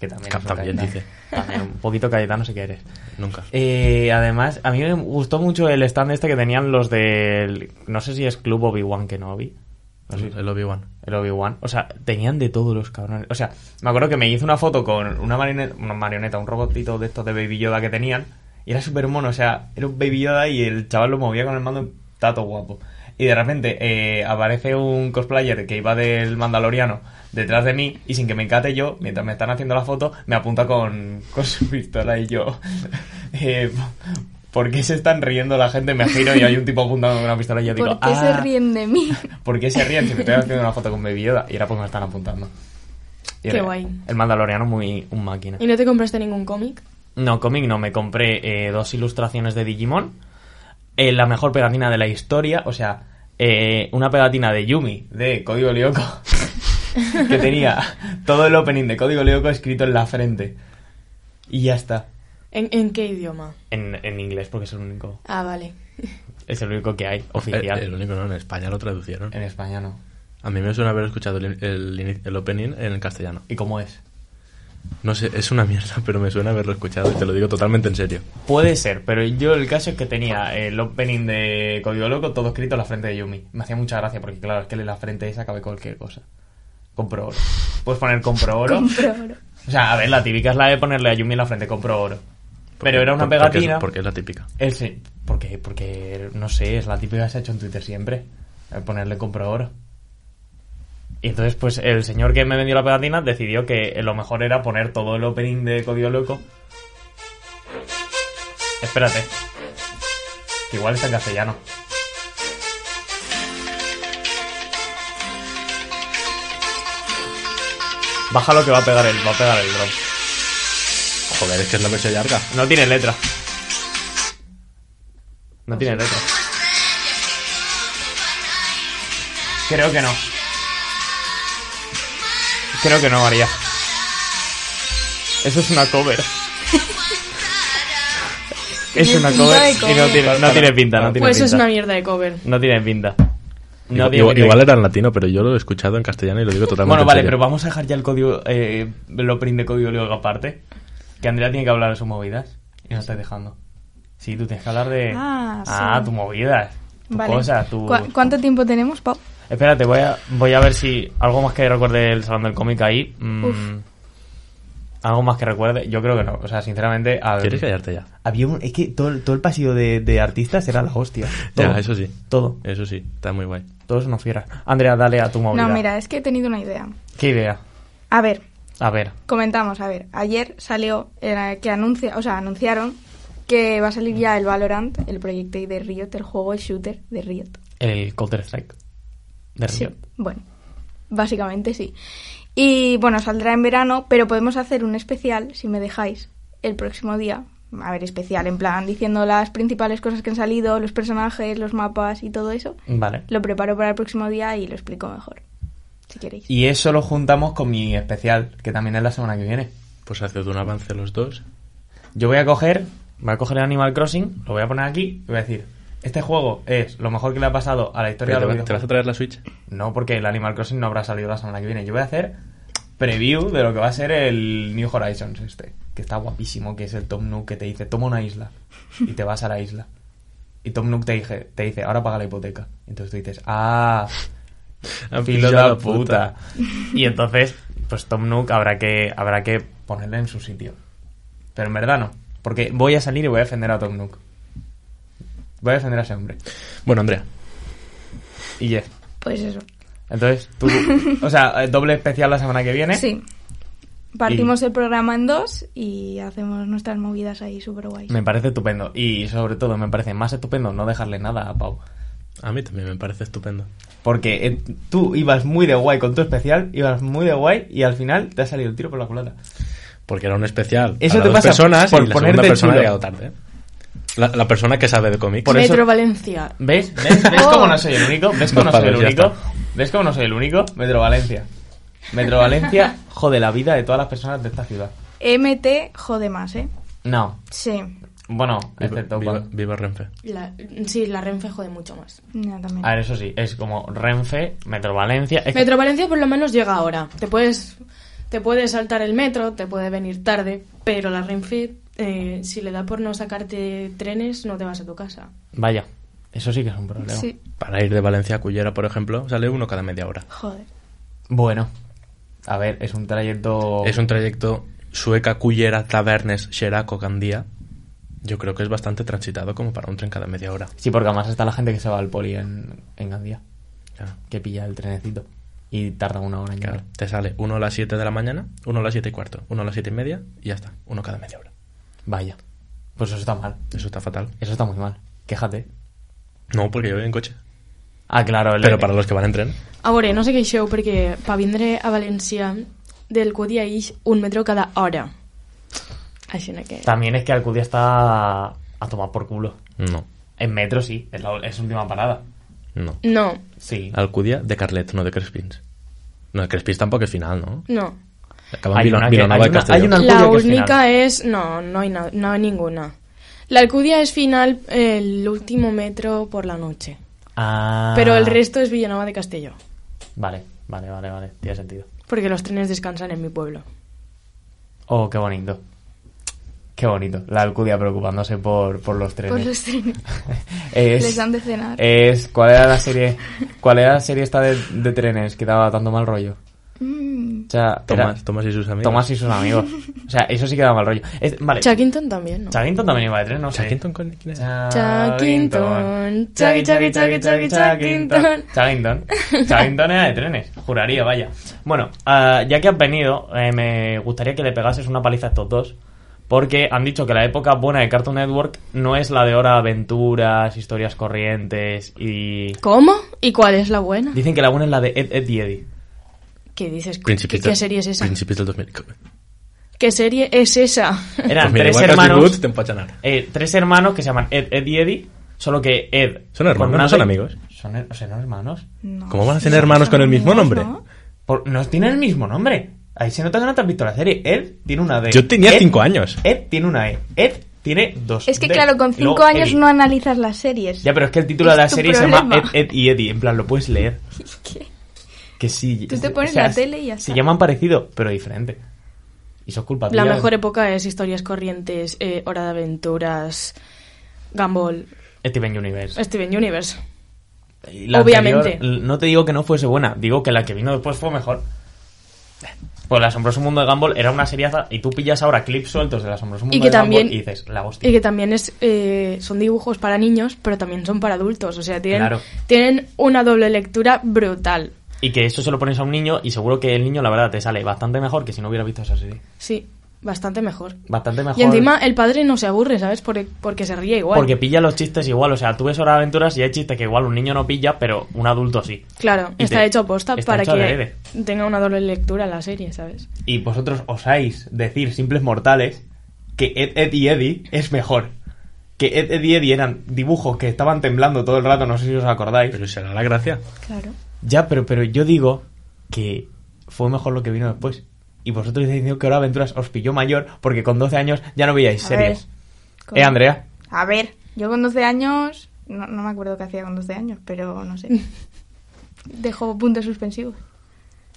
Speaker 1: Que también.
Speaker 2: Que
Speaker 1: es un
Speaker 2: también
Speaker 1: Cayetano.
Speaker 2: dice.
Speaker 1: También, un poquito Cayetano si quieres.
Speaker 2: Nunca.
Speaker 1: Eh, además, a mí me gustó mucho el stand este que tenían los del. No sé si es Club Obi-Wan Kenobi. No sé.
Speaker 2: El Obi-Wan.
Speaker 1: El Obi-Wan. O sea, tenían de todos los cabrones. O sea, me acuerdo que me hice una foto con una marioneta, una marioneta, un robotito de estos de Baby Yoda que tenían. Y era súper mono. O sea, era un Baby Yoda y el chaval lo movía con el mando. Tato guapo. Y de repente eh, aparece un cosplayer que iba del Mandaloriano detrás de mí y sin que me encate yo, mientras me están haciendo la foto, me apunta con, con su pistola y yo... eh, ¿Por qué se están riendo la gente? Me giro y hay un tipo apuntando con una pistola y yo digo...
Speaker 8: ¿Por qué se
Speaker 1: "Ah".
Speaker 8: ríen de mí?
Speaker 1: ¿Por qué se ríen si me estoy haciendo una foto con Baby Yoda? Y ahora pues me están apuntando. Y
Speaker 6: Qué
Speaker 1: el-
Speaker 6: guay.
Speaker 1: El Mandaloriano muy un máquina.
Speaker 6: ¿Y no te compraste ningún cómic?
Speaker 1: No, cómic no. Me compré eh, dos ilustraciones de Digimon. eh, la mejor pegatina de la historia. O sea, eh, una pegatina de Yumi, de Código Lyoko. que tenía todo el opening de Código Lyoko escrito en la frente. Y ya está.
Speaker 6: ¿En, en qué idioma?
Speaker 1: En, en inglés, porque es el único.
Speaker 6: Ah, vale.
Speaker 1: Es el único que hay oficial.
Speaker 2: Eh,
Speaker 1: Eh.
Speaker 2: El, el único no, en España lo traducieron.
Speaker 1: En España no.
Speaker 2: A mí me suena haber escuchado el, el, ini- el opening en el castellano.
Speaker 1: ¿Y cómo es?
Speaker 2: No sé, es una mierda, pero me suena haberlo escuchado y te lo digo totalmente en serio.
Speaker 1: Puede ser, pero yo el caso es que tenía eh, el opening de Código Loco todo escrito en la frente de Yumi. Me hacía mucha gracia porque, claro, es que en la frente esa cabe cualquier cosa. Compro oro. Puedes poner compro oro.
Speaker 8: Compro oro.
Speaker 1: O sea, a ver, la típica es la de ponerle a Yumi en la frente compro oro. Pero
Speaker 2: Porque-
Speaker 1: era una
Speaker 2: por- porque es-
Speaker 1: pegatina.
Speaker 2: Porque es, la típica.
Speaker 1: Él sí, porque, porque, no sé, es la típica que se ha hecho en Twitter siempre. eh, Ponerle compro oro. Y entonces, pues, el señor que me vendió la pegatina decidió que eh, lo mejor era poner todo el opening de Código Loco. Espérate. Que igual está en castellano. Bájalo que va a pegar el, va a pegar el drop.
Speaker 2: Joder, es que es la versión larga.
Speaker 1: No tiene letra. No tiene letra. Creo que no. Creo que no, María. Eso es una cover. es
Speaker 8: Tiene
Speaker 1: una
Speaker 8: pinta
Speaker 1: cover,
Speaker 8: de
Speaker 1: y no
Speaker 8: cover.
Speaker 1: tiene, no tiene pinta, no tiene
Speaker 6: Pues es
Speaker 1: pinta.
Speaker 6: una mierda de cover.
Speaker 1: No tiene pinta. No
Speaker 2: Igual-
Speaker 1: tiene
Speaker 2: igual,
Speaker 1: pinta.
Speaker 2: igual era en latino, pero yo lo he escuchado en castellano y lo digo totalmente
Speaker 1: Bueno,
Speaker 2: en
Speaker 1: vale,
Speaker 2: serio.
Speaker 1: pero vamos a dejar ya el código, eh, el opening de código Lyoko aparte. Que Andrea tiene que hablar de sus movidas. Y no estás dejando. Sí, tú tienes que hablar de.
Speaker 3: Ah, sí.
Speaker 1: tus movidas. Tus
Speaker 3: Vale.
Speaker 1: cosas, tu.
Speaker 8: ¿Cu- ¿Cuánto tiempo tenemos, Pau?
Speaker 1: Espérate, voy a, voy a ver si. Algo más que recuerde el salón del cómic ahí. mm,
Speaker 8: Uf.
Speaker 1: algo más que recuerde. Yo creo que no. O sea, sinceramente. a ver-
Speaker 2: ¿Quieres callarte ya?
Speaker 1: Había un- es que todo, el- todo el pasillo de, de artistas era la hostia.
Speaker 2: Ya,
Speaker 1: Todo.
Speaker 2: eso sí. Eh.
Speaker 1: Todo.
Speaker 2: Eso sí, está muy guay.
Speaker 1: Todo es una fiera. Andrea, dale a tu movida.
Speaker 8: No, mira, es que he tenido una idea.
Speaker 1: ¿Qué idea?
Speaker 8: A ver,
Speaker 1: A ver.
Speaker 8: comentamos, a ver. Ayer salió eh, que anuncia, o sea, anunciaron que va a salir ya el Valorant, el proyecto de Riot, el juego, el shooter de Riot.
Speaker 1: El Counter Strike. De
Speaker 8: Sí,
Speaker 1: Riot.
Speaker 8: bueno, básicamente sí. Y bueno, saldrá en verano, pero podemos hacer un especial, si me dejáis, el próximo día. A ver, especial, en plan, diciendo las principales cosas que han salido, los personajes, los mapas y todo eso.
Speaker 1: Vale.
Speaker 8: Lo preparo para el próximo día y lo explico mejor, si queréis.
Speaker 1: Y eso lo juntamos con mi especial, que también es la semana que viene.
Speaker 2: Pues haced un avance los dos.
Speaker 1: Yo voy a coger, voy a coger el Animal Crossing, lo voy a poner aquí y voy a decir, este juego es lo mejor que le ha pasado a la historia
Speaker 2: Pero
Speaker 1: de
Speaker 2: ¿Te,
Speaker 1: los
Speaker 2: vas- te vas a
Speaker 1: videojuegos.
Speaker 2: traer la Switch?
Speaker 1: No, porque el Animal Crossing no habrá salido la semana que viene. Yo voy a hacer preview de lo que va a ser el New Horizons este, que está guapísimo, que es el Tom Nook que te dice, toma una isla y te vas a la isla. Y Tom Nook te dice, te dice ahora paga la hipoteca. Entonces tú dices, ah,
Speaker 2: Han
Speaker 1: Filo Ah, de
Speaker 2: pillado
Speaker 1: la puta. Y entonces, pues Tom Nook habrá que, habrá que ponerle en su sitio. Pero en verdad no. Porque voy a salir y voy a defender a Tom Nook. Voy a defender a ese hombre.
Speaker 2: Bueno, Andrea,
Speaker 1: Y Jeff.
Speaker 8: Pues eso.
Speaker 1: Entonces, tú. O sea, eh, doble especial la semana que
Speaker 2: ¿Eh?
Speaker 1: viene.
Speaker 8: Sí. Partimos el programa en dos y hacemos nuestras movidas ahí súper guays.
Speaker 1: Me parece estupendo. Y sobre todo, me parece más estupendo no dejarle nada a Pau.
Speaker 2: a mí también me parece estupendo.
Speaker 1: Porque eh, tú ibas muy de guay con tu especial, ibas muy de guay y al final te ha salido el tiro por la culata.
Speaker 2: Porque era un especial.
Speaker 1: Eso
Speaker 2: a
Speaker 1: te
Speaker 2: dos
Speaker 1: pasa
Speaker 2: personas
Speaker 1: por
Speaker 2: y la
Speaker 1: ponerte
Speaker 2: segunda persona ha
Speaker 1: chulo.
Speaker 2: llegado tarde. ¿eh? La, la persona que sabe de cómics.
Speaker 1: Por eso-
Speaker 6: Metro Valencia.
Speaker 1: ¿Ves? ¿Ves? ¿Ves cómo no soy el único? ¿Ves cómo no
Speaker 2: Dos
Speaker 1: soy el
Speaker 2: palos, ya
Speaker 1: único?
Speaker 2: está.
Speaker 1: ¿Ves cómo no soy el único? Metro Valencia. Metro Valencia jode la vida de todas las personas de esta ciudad.
Speaker 8: MT jode más, ¿eh?
Speaker 1: No.
Speaker 8: Sí.
Speaker 1: Bueno,
Speaker 2: Viva,
Speaker 1: excepto
Speaker 2: viva-
Speaker 1: cuando...
Speaker 2: viva Renfe.
Speaker 6: La- sí, la Renfe jode mucho más.
Speaker 8: No, también.
Speaker 1: A
Speaker 2: Ah,
Speaker 1: ver, eso sí, es como Renfe, Metro Valencia... es que-
Speaker 6: Metro Valencia por lo menos llega ahora. Te puedes, te puedes saltar el metro, te puede venir tarde, pero la Renfe, eh, si le da por no sacarte trenes, no te vas a tu casa.
Speaker 1: Vaya, eso sí que es un problema.
Speaker 8: Sí.
Speaker 2: Para ir de Valencia a Cullera, por ejemplo, sale uno cada media hora.
Speaker 8: Joder.
Speaker 1: Bueno, a ver, es un trayecto...
Speaker 2: Es un trayecto Sueca, Cullera, Tavernes, Xeraco, Gandía. Yo creo que es bastante transitado como para un tren cada media hora.
Speaker 1: Sí, porque además está la gente que se va al poli en, en Gandía,
Speaker 2: Claro.
Speaker 1: que pilla el trenecito y tarda una hora en
Speaker 2: Claro,
Speaker 1: llegar.
Speaker 2: te sale uno a las 7 de la mañana, uno a las 7 y cuarto, uno a las 7 y media y ya está, uno cada media hora.
Speaker 1: Vaya, pues eso está mal,
Speaker 2: Eso está fatal.
Speaker 1: eso está muy mal, quéjate.
Speaker 2: No, porque yo voy en coche.
Speaker 1: Ah, claro, el-
Speaker 2: Pero para los que van en tren,
Speaker 6: A veure, no sé què queixeu perquè pa vindre a València del Cudi a Ix un metro cada hora. Així no que...
Speaker 1: También es que Alcudia está a tomar por culo.
Speaker 2: no,
Speaker 1: En metro sí, es la es última parada.
Speaker 2: no.
Speaker 6: No,
Speaker 1: Sí.
Speaker 2: Alcudia de Carlet, no de Crespins. No, de Crespins tampoco es final, ¿no?
Speaker 6: no.
Speaker 2: Acaban
Speaker 1: Hay
Speaker 2: Vilo-
Speaker 1: una que-
Speaker 2: Vilanova
Speaker 1: hay
Speaker 2: y
Speaker 1: una-
Speaker 2: Castelló.
Speaker 1: hay una- Alcúdia
Speaker 6: La
Speaker 1: que és
Speaker 6: única
Speaker 1: final.
Speaker 6: es... No, no hay, na- no hay ninguna. La Alcudia es final el último metro por la noche.
Speaker 1: Ah.
Speaker 6: Pero el resto es Villanova de Castelló.
Speaker 1: Vale, vale, vale, vale. Tiene sentido.
Speaker 6: Porque los trenes descansan en mi pueblo.
Speaker 1: Oh, qué bonito. Qué bonito. La Alcudia preocupándose por, por los trenes.
Speaker 8: Por los trenes.
Speaker 1: Es-
Speaker 8: Les dan de cenar.
Speaker 1: Es, ¿Cuál era la serie? ¿Cuál era la serie esta de, de trenes que daba tanto mal rollo?
Speaker 8: Mm,
Speaker 1: O sea, era
Speaker 2: Tomás, Tomás y sus amigos.
Speaker 1: Tomás y sus amigos. O sea, eso sí que daba mal rollo. Es- vale.
Speaker 6: Chuckington también, ¿no?
Speaker 1: Chuckington también iba de tren, no sé.
Speaker 2: Shackington, ¿con- quién es?
Speaker 6: Chuckington. Chucky, Chucky, Chucky, Chucky,
Speaker 1: Chuckington.
Speaker 6: Chuckington.
Speaker 1: Chuckington. Chuckington era de trenes, juraría, vaya. Bueno, ah, ya que has venido, eh, me gustaría que le pegases una paliza a estos dos. Porque han dicho que la época buena de Cartoon Network no es la de ahora aventuras, historias corrientes y...
Speaker 6: ¿Cómo? ¿Y cuál es la buena?
Speaker 1: Dicen que la buena es la de Ed, Ed y Eddie.
Speaker 6: ¿Qué dices? ¿Qué,
Speaker 2: Principito.
Speaker 6: qué serie es esa?
Speaker 2: Principito del 2000.
Speaker 6: ¿Qué serie es esa?
Speaker 1: Eran
Speaker 2: Pues mira,
Speaker 1: tres
Speaker 2: igual que
Speaker 1: hermanos...
Speaker 2: Roots, te empachan ahora.
Speaker 1: eh, tres hermanos que se llaman Ed, Ed y Eddie, solo que Ed...
Speaker 2: ¿Son hermanos?
Speaker 1: con una
Speaker 2: ¿No son
Speaker 1: D-
Speaker 2: amigos?
Speaker 1: ¿Son, her- ¿Son hermanos?
Speaker 8: no.
Speaker 2: ¿Cómo van a ser hermanos con el mismo nombre?
Speaker 8: ¿no?
Speaker 1: Por- no tienen el mismo nombre. Ahí se nota que no te has visto la serie. Él tiene una D.
Speaker 2: Yo tenía
Speaker 1: Ed-
Speaker 2: cinco años.
Speaker 1: Ed tiene una E. Ed tiene dos.
Speaker 8: Es que
Speaker 1: D.
Speaker 8: claro, con
Speaker 1: Y luego
Speaker 8: cinco años
Speaker 1: Eddie.
Speaker 8: no analizas las series.
Speaker 1: Ya, pero es que el título
Speaker 8: Es
Speaker 1: de la
Speaker 8: tu
Speaker 1: serie se llama
Speaker 8: problema.
Speaker 1: Ed, Ed y Eddie. En plan, lo puedes leer.
Speaker 8: ¿Qué?
Speaker 1: Que sí.
Speaker 8: Tú te pones la tele y ya
Speaker 1: Se
Speaker 8: está.
Speaker 1: llaman parecido, pero diferente. Y eso es culpa
Speaker 6: La
Speaker 1: tuya.
Speaker 6: mejor época es Historias Corrientes, eh, Hora de Aventuras, Gumball,
Speaker 1: Steven Universe.
Speaker 6: Steven Universe.
Speaker 1: Y la
Speaker 6: Obviamente.
Speaker 1: anterior, l- no te digo que no fuese buena, digo que la que vino después fue mejor. Pues el asombroso mundo de Gumball era una seriaza y tú pillas ahora clips sueltos del asombroso mundo
Speaker 6: Y que
Speaker 1: de Gumball
Speaker 6: también-
Speaker 1: y dices, la hostia.
Speaker 6: Y que también es, eh, son dibujos para niños, pero también son para adultos. O sea, tienen,
Speaker 1: Claro.
Speaker 6: tienen una doble lectura brutal.
Speaker 1: Y que eso se lo pones a un niño y seguro que el niño, la verdad, te sale bastante mejor que si no hubiera visto esa serie.
Speaker 6: Sí, bastante mejor.
Speaker 1: Bastante mejor.
Speaker 6: Y encima el padre no se aburre, ¿sabes? Porque, porque se ríe igual.
Speaker 1: Porque pilla los chistes igual. O sea, tú ves Hora de Aventuras y hay chistes que igual un niño no pilla, pero un adulto sí.
Speaker 6: Claro,
Speaker 1: Y
Speaker 6: está
Speaker 1: te-
Speaker 6: hecho aposta
Speaker 1: está
Speaker 6: para
Speaker 1: hecho
Speaker 6: que
Speaker 1: adrede.
Speaker 6: tenga una doble lectura la serie, ¿sabes?
Speaker 1: Y vosotros osáis decir, simples mortales, que Ed, Ed y Eddie es mejor. Que Ed, Ed y Eddie eran dibujos que estaban temblando todo el rato, no sé si os acordáis.
Speaker 2: Pero será la gracia.
Speaker 8: Claro.
Speaker 1: Ya, pero, pero yo digo que fue mejor lo que vino después. Y vosotros estáis diciendo que Hora de Aventuras os pilló mayor porque con 12 años ya no veíais
Speaker 8: A
Speaker 1: series.
Speaker 8: ver,
Speaker 1: Eh, Andrea.
Speaker 8: A ver, yo con 12 años. No, no me acuerdo qué hacía con 12 años, pero no sé. Dejo puntos suspensivos.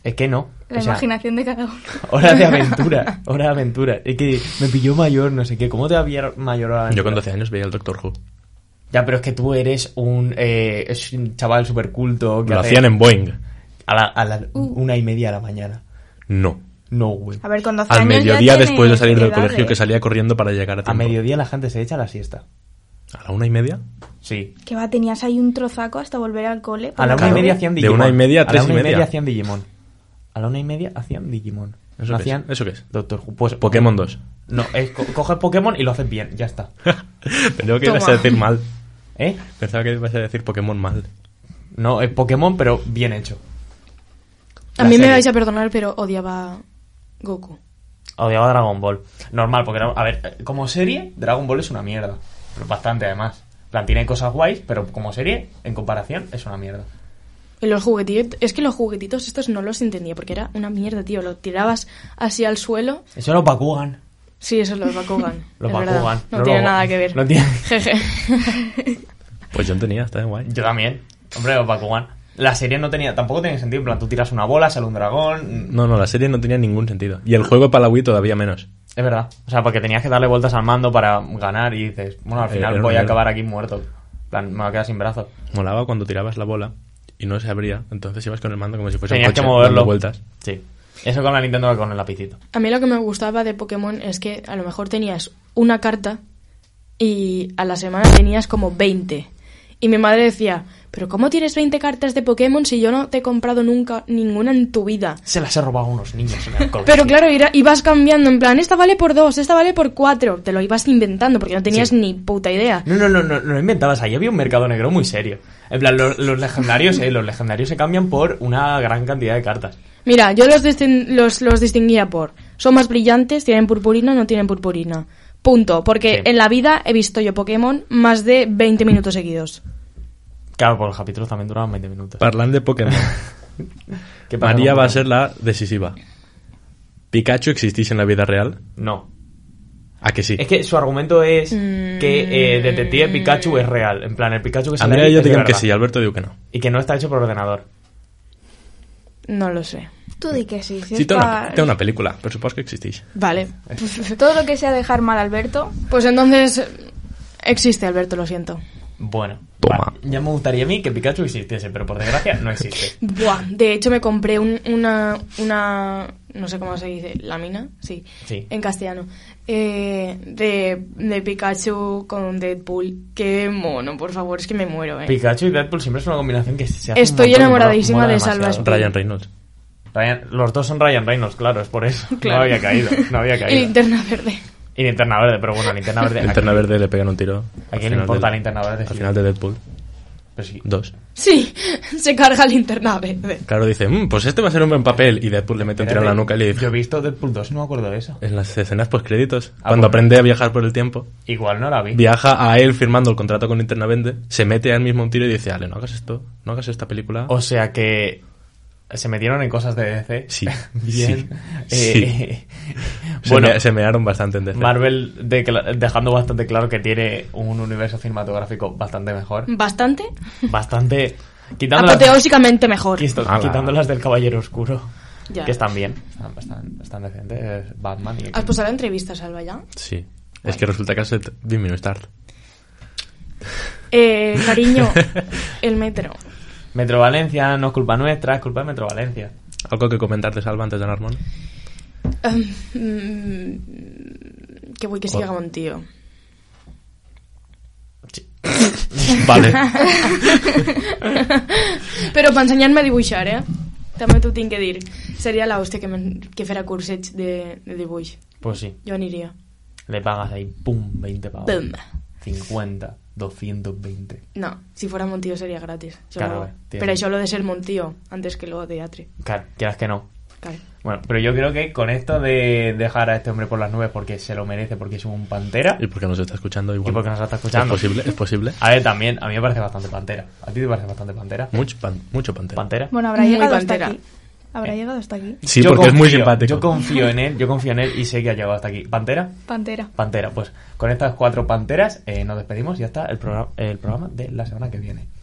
Speaker 1: Es que no.
Speaker 8: La
Speaker 1: o sea,
Speaker 8: imaginación de cada uno.
Speaker 1: Hora de aventura, hora de aventura. Es que me pilló mayor, no sé qué. ¿Cómo te va a pillar mayor hora de aventura?
Speaker 2: Yo con 12 años veía el Doctor Who.
Speaker 1: Ya, pero es que tú eres un, eh, es un chaval súper culto.
Speaker 2: Lo hacían en Boeing.
Speaker 1: A la, a la una y media de la mañana.
Speaker 2: No.
Speaker 1: No, güey.
Speaker 8: Uh. A ver, con 12
Speaker 2: Al
Speaker 8: años. ya
Speaker 2: mediodía
Speaker 8: tienes
Speaker 2: después de salir del
Speaker 8: edad
Speaker 2: colegio
Speaker 8: de-
Speaker 2: que salía corriendo para llegar a
Speaker 1: A
Speaker 2: tiempo.
Speaker 1: mediodía la gente se echa la siesta.
Speaker 2: ¿A la una y media?
Speaker 1: Sí.
Speaker 8: Que va, tenías ahí un trozaco hasta volver al cole. por
Speaker 1: A la una
Speaker 2: Claro.
Speaker 1: y media hacían
Speaker 2: De
Speaker 1: Digimon.
Speaker 2: una y media a tres
Speaker 1: la
Speaker 2: y
Speaker 1: una
Speaker 2: media.
Speaker 1: hacían Digimon. A la una y media hacían Digimon.
Speaker 2: ¿Eso
Speaker 1: No
Speaker 2: qué es?
Speaker 1: hacían
Speaker 2: ¿Eso qué es?
Speaker 1: Doctor Who. Pues,
Speaker 2: Pokémon 2.
Speaker 1: No, es, co- coges Pokémon y lo haces bien. Ya está.
Speaker 2: Pensaba que ibas a
Speaker 6: Toma.
Speaker 2: decir mal.
Speaker 1: ¿Eh?
Speaker 2: Pensaba que ibas a decir Pokémon mal.
Speaker 1: No, es Pokémon, pero bien hecho.
Speaker 6: A
Speaker 1: La
Speaker 6: mí me
Speaker 1: serie.
Speaker 6: vais a perdonar, pero odiaba Goku.
Speaker 1: Odiaba Dragon Ball. Normal, porque, era- a ver, eh, como serie, Dragon Ball es una mierda. Pero bastante, además. En plan, tiene cosas guays, pero como serie, en comparación, es una mierda.
Speaker 6: Y los juguetitos, es que los juguetitos estos no los entendía porque era una mierda, tío. Lo tirabas así al suelo.
Speaker 1: Eso lo pacugan.
Speaker 6: Sí, eso es los Bakugan.
Speaker 1: Los
Speaker 6: es verdad.
Speaker 1: Bakugan.
Speaker 6: No,
Speaker 1: No
Speaker 6: tiene
Speaker 1: lo-
Speaker 6: nada que ver.
Speaker 1: no tiene-
Speaker 6: Jeje.
Speaker 2: Pues yo tenía, está guay.
Speaker 1: Yo también. Hombre, los Bakugan. La serie no tenía, tampoco tenía sentido. En plan, tú tiras una bola, sale un dragón. mm,
Speaker 2: No, no, la serie no tenía ningún sentido.
Speaker 1: Ah.
Speaker 2: Y el juego para la Wii todavía menos.
Speaker 1: Es verdad. O sea, porque tenías que darle vueltas al mando para ganar y dices, bueno, al
Speaker 2: Eh,
Speaker 1: final
Speaker 2: era
Speaker 1: voy
Speaker 2: una
Speaker 1: a
Speaker 2: mierda.
Speaker 1: acabar aquí muerto. En plan, me voy a quedar sin brazos.
Speaker 2: Molaba cuando tirabas la bola y no se abría, entonces ibas con el mando como si fuese
Speaker 1: Tenías
Speaker 2: un Pues coche
Speaker 1: que moverlo.
Speaker 2: dando vueltas.
Speaker 1: Sí. Eso con la Nintendo que con el lapicito.
Speaker 6: A mí lo que me gustaba de Pokémon es que a lo mejor tenías una carta y a la semana tenías como 20. Y mi madre decía, pero ¿cómo tienes 20 cartas de Pokémon si yo no te he comprado nunca ninguna en tu vida?
Speaker 1: Se las he robado a unos niños en el colegio.
Speaker 6: Pero claro, ira- ibas cambiando, en plan, esta vale por dos, esta vale por cuatro. Te lo ibas inventando porque no tenías
Speaker 1: Sí.
Speaker 6: ni puta idea.
Speaker 1: No, no, no, no, no lo inventabas. Ahí había un mercado negro muy serio. En plan, los, los legendarios, eh, los legendarios se cambian por una gran cantidad de cartas.
Speaker 6: Mira, yo los, distin- los, los distinguía por son más brillantes, tienen purpurina, no tienen purpurina. Punto, porque
Speaker 1: Sí.
Speaker 6: en la vida he visto yo Pokémon más de 20 minutos seguidos.
Speaker 1: Claro, por los capítulos también duraban 20 minutos.
Speaker 2: Parlan de Pokémon.
Speaker 1: ¿Qué pasa
Speaker 2: María
Speaker 1: con
Speaker 2: va a
Speaker 1: Pokémon?
Speaker 2: ser la decisiva. ¿Pikachu existís en la vida real?
Speaker 1: No.
Speaker 2: ¿A que sí?
Speaker 1: Es que su argumento es
Speaker 6: Mm.
Speaker 1: que eh, Detective Pikachu es real. En plan, el Pikachu que sale
Speaker 2: Andrea
Speaker 1: ahí
Speaker 2: y yo
Speaker 1: es de
Speaker 2: digan que
Speaker 1: verdad.
Speaker 2: sí, Alberto digo que no.
Speaker 1: Y que no está hecho por ordenador.
Speaker 6: No lo sé.
Speaker 8: Tú di que sí. Si
Speaker 2: Sí,
Speaker 8: es
Speaker 2: té una,
Speaker 8: pa-
Speaker 2: té una película, pero supongo que existís.
Speaker 6: Vale.
Speaker 8: Todo lo que sea dejar mal a Alberto,
Speaker 6: Pues entonces existe, Alberto, lo siento.
Speaker 1: Bueno.
Speaker 2: Toma.
Speaker 1: vale. Ya me gustaría a mí que Pikachu existiese, pero por desgracia no existe.
Speaker 6: Buah, de hecho me compré un- una, una, no sé cómo se dice, lámina, sí,
Speaker 1: Sí.
Speaker 6: en castellano, eh, de, de Pikachu con Deadpool. Qué mono, por favor, es que me muero, eh.
Speaker 1: Pikachu y Deadpool siempre es una combinación que se hace. un montón
Speaker 6: Estoy
Speaker 1: y mola-
Speaker 6: enamoradísima
Speaker 1: mola
Speaker 6: de
Speaker 1: demasiado.
Speaker 6: Salva Espe-
Speaker 2: Ryan Reynolds.
Speaker 1: Ryan- los dos son Ryan Reynolds, claro, es por eso.
Speaker 6: Claro.
Speaker 1: No había caído, no había
Speaker 6: y
Speaker 1: caído.
Speaker 6: linterna verde.
Speaker 1: y Linterna Verde, pero bueno, Linterna Verde.
Speaker 2: Linterna Verde le pegan un
Speaker 1: ¿A
Speaker 2: tiro. al
Speaker 1: quién
Speaker 2: final
Speaker 1: le importa
Speaker 2: del-
Speaker 1: Linterna Verde?
Speaker 2: Al final de Deadpool
Speaker 1: Pero sí.
Speaker 2: 2.
Speaker 6: Sí, se carga linterna verde.
Speaker 2: Claro, dice, "Mm, pues este va a ser un buen papel. Y Deadpool le mete un tiro en la nuca y le
Speaker 1: Yo he
Speaker 2: dice...
Speaker 1: visto Deadpool 2, no me acuerdo de eso.
Speaker 2: En las escenas postcréditos,
Speaker 1: Ah,
Speaker 2: cuando
Speaker 1: bueno.
Speaker 2: aprende a viajar por el tiempo,
Speaker 1: Igual no la vi.
Speaker 2: viaja a él firmando el contrato con Linterna Verde, se mete a él mismo un tiro y dice, Ale, no hagas esto, no hagas esta película.
Speaker 1: O sea que se metieron en cosas de DC.
Speaker 2: Sí,
Speaker 1: Bien.
Speaker 2: sí,
Speaker 1: Eh,
Speaker 2: se,
Speaker 1: bueno,
Speaker 2: me- se mearon bastante en DC.
Speaker 1: Marvel decla- dejando bastante claro que tiene un universo cinematográfico bastante mejor.
Speaker 6: Bastante
Speaker 1: Bastante... Quitando las,
Speaker 6: apoteósicamente mejor.
Speaker 1: quisto-
Speaker 2: Ala.
Speaker 1: quitando las del Caballero Oscuro.
Speaker 6: Ya.
Speaker 1: Que están bien. Están, están- están decentes. eh, Batman y...
Speaker 6: ¿Has pasado la entrevista, Salva, ya?
Speaker 2: Sí. Es que resulta que hace 10 minutos tarde.
Speaker 6: Eh, cariño, el metro.
Speaker 1: Metro Valencia no es culpa nuestra, es culpa de Metro Valencia.
Speaker 2: ¿Algo que comentar de Salva antes de Narmon?
Speaker 6: Mm, que voy que siga
Speaker 2: Joder.
Speaker 6: contigo.
Speaker 2: Vale.
Speaker 6: Pero para ensenyar-me a dibuixar, eh? També t'ho tinc que dir. Seria l'hòstia que, men- que fera cursets de, de dibuix.
Speaker 1: Pues sí.
Speaker 6: Jo aniria.
Speaker 1: Le pagas ahí, pum, 20 pavos.
Speaker 6: Pum.
Speaker 1: 50, 220.
Speaker 6: No, si fora Montío seria gratis. Això
Speaker 1: Claro,
Speaker 6: no.
Speaker 1: eh, tiene-
Speaker 6: Per això lo de ser Montío, antes que lo de Atri.
Speaker 1: Claro, quieras que no.
Speaker 6: Claro.
Speaker 1: Bueno, pero yo creo que con esto de dejar a este hombre por las nubes porque se lo merece, porque es un pantera.
Speaker 2: ¿Y por qué nos está escuchando igual?
Speaker 1: ¿Y por qué nos está escuchando?
Speaker 2: ¿Es posible? ¿Es posible?
Speaker 1: A ver, también, a mí me parece bastante pantera. ¿A ti te parece bastante pantera?
Speaker 2: Mucho, pan- mucho pantera.
Speaker 1: ¿Pantera?
Speaker 8: bueno, habrá
Speaker 6: Muy
Speaker 8: llegado
Speaker 6: pantera.
Speaker 8: hasta aquí. Habrá llegado hasta aquí.
Speaker 2: Sí,
Speaker 1: Yo
Speaker 2: porque es muy
Speaker 1: confío,
Speaker 2: simpático.
Speaker 1: Yo confío en él, yo confío en él y sé que ha llegado hasta aquí. ¿Pantera?
Speaker 8: Pantera.
Speaker 1: Pantera. Pues con estas cuatro panteras eh, nos despedimos y hasta el, programa el programa de la semana que viene.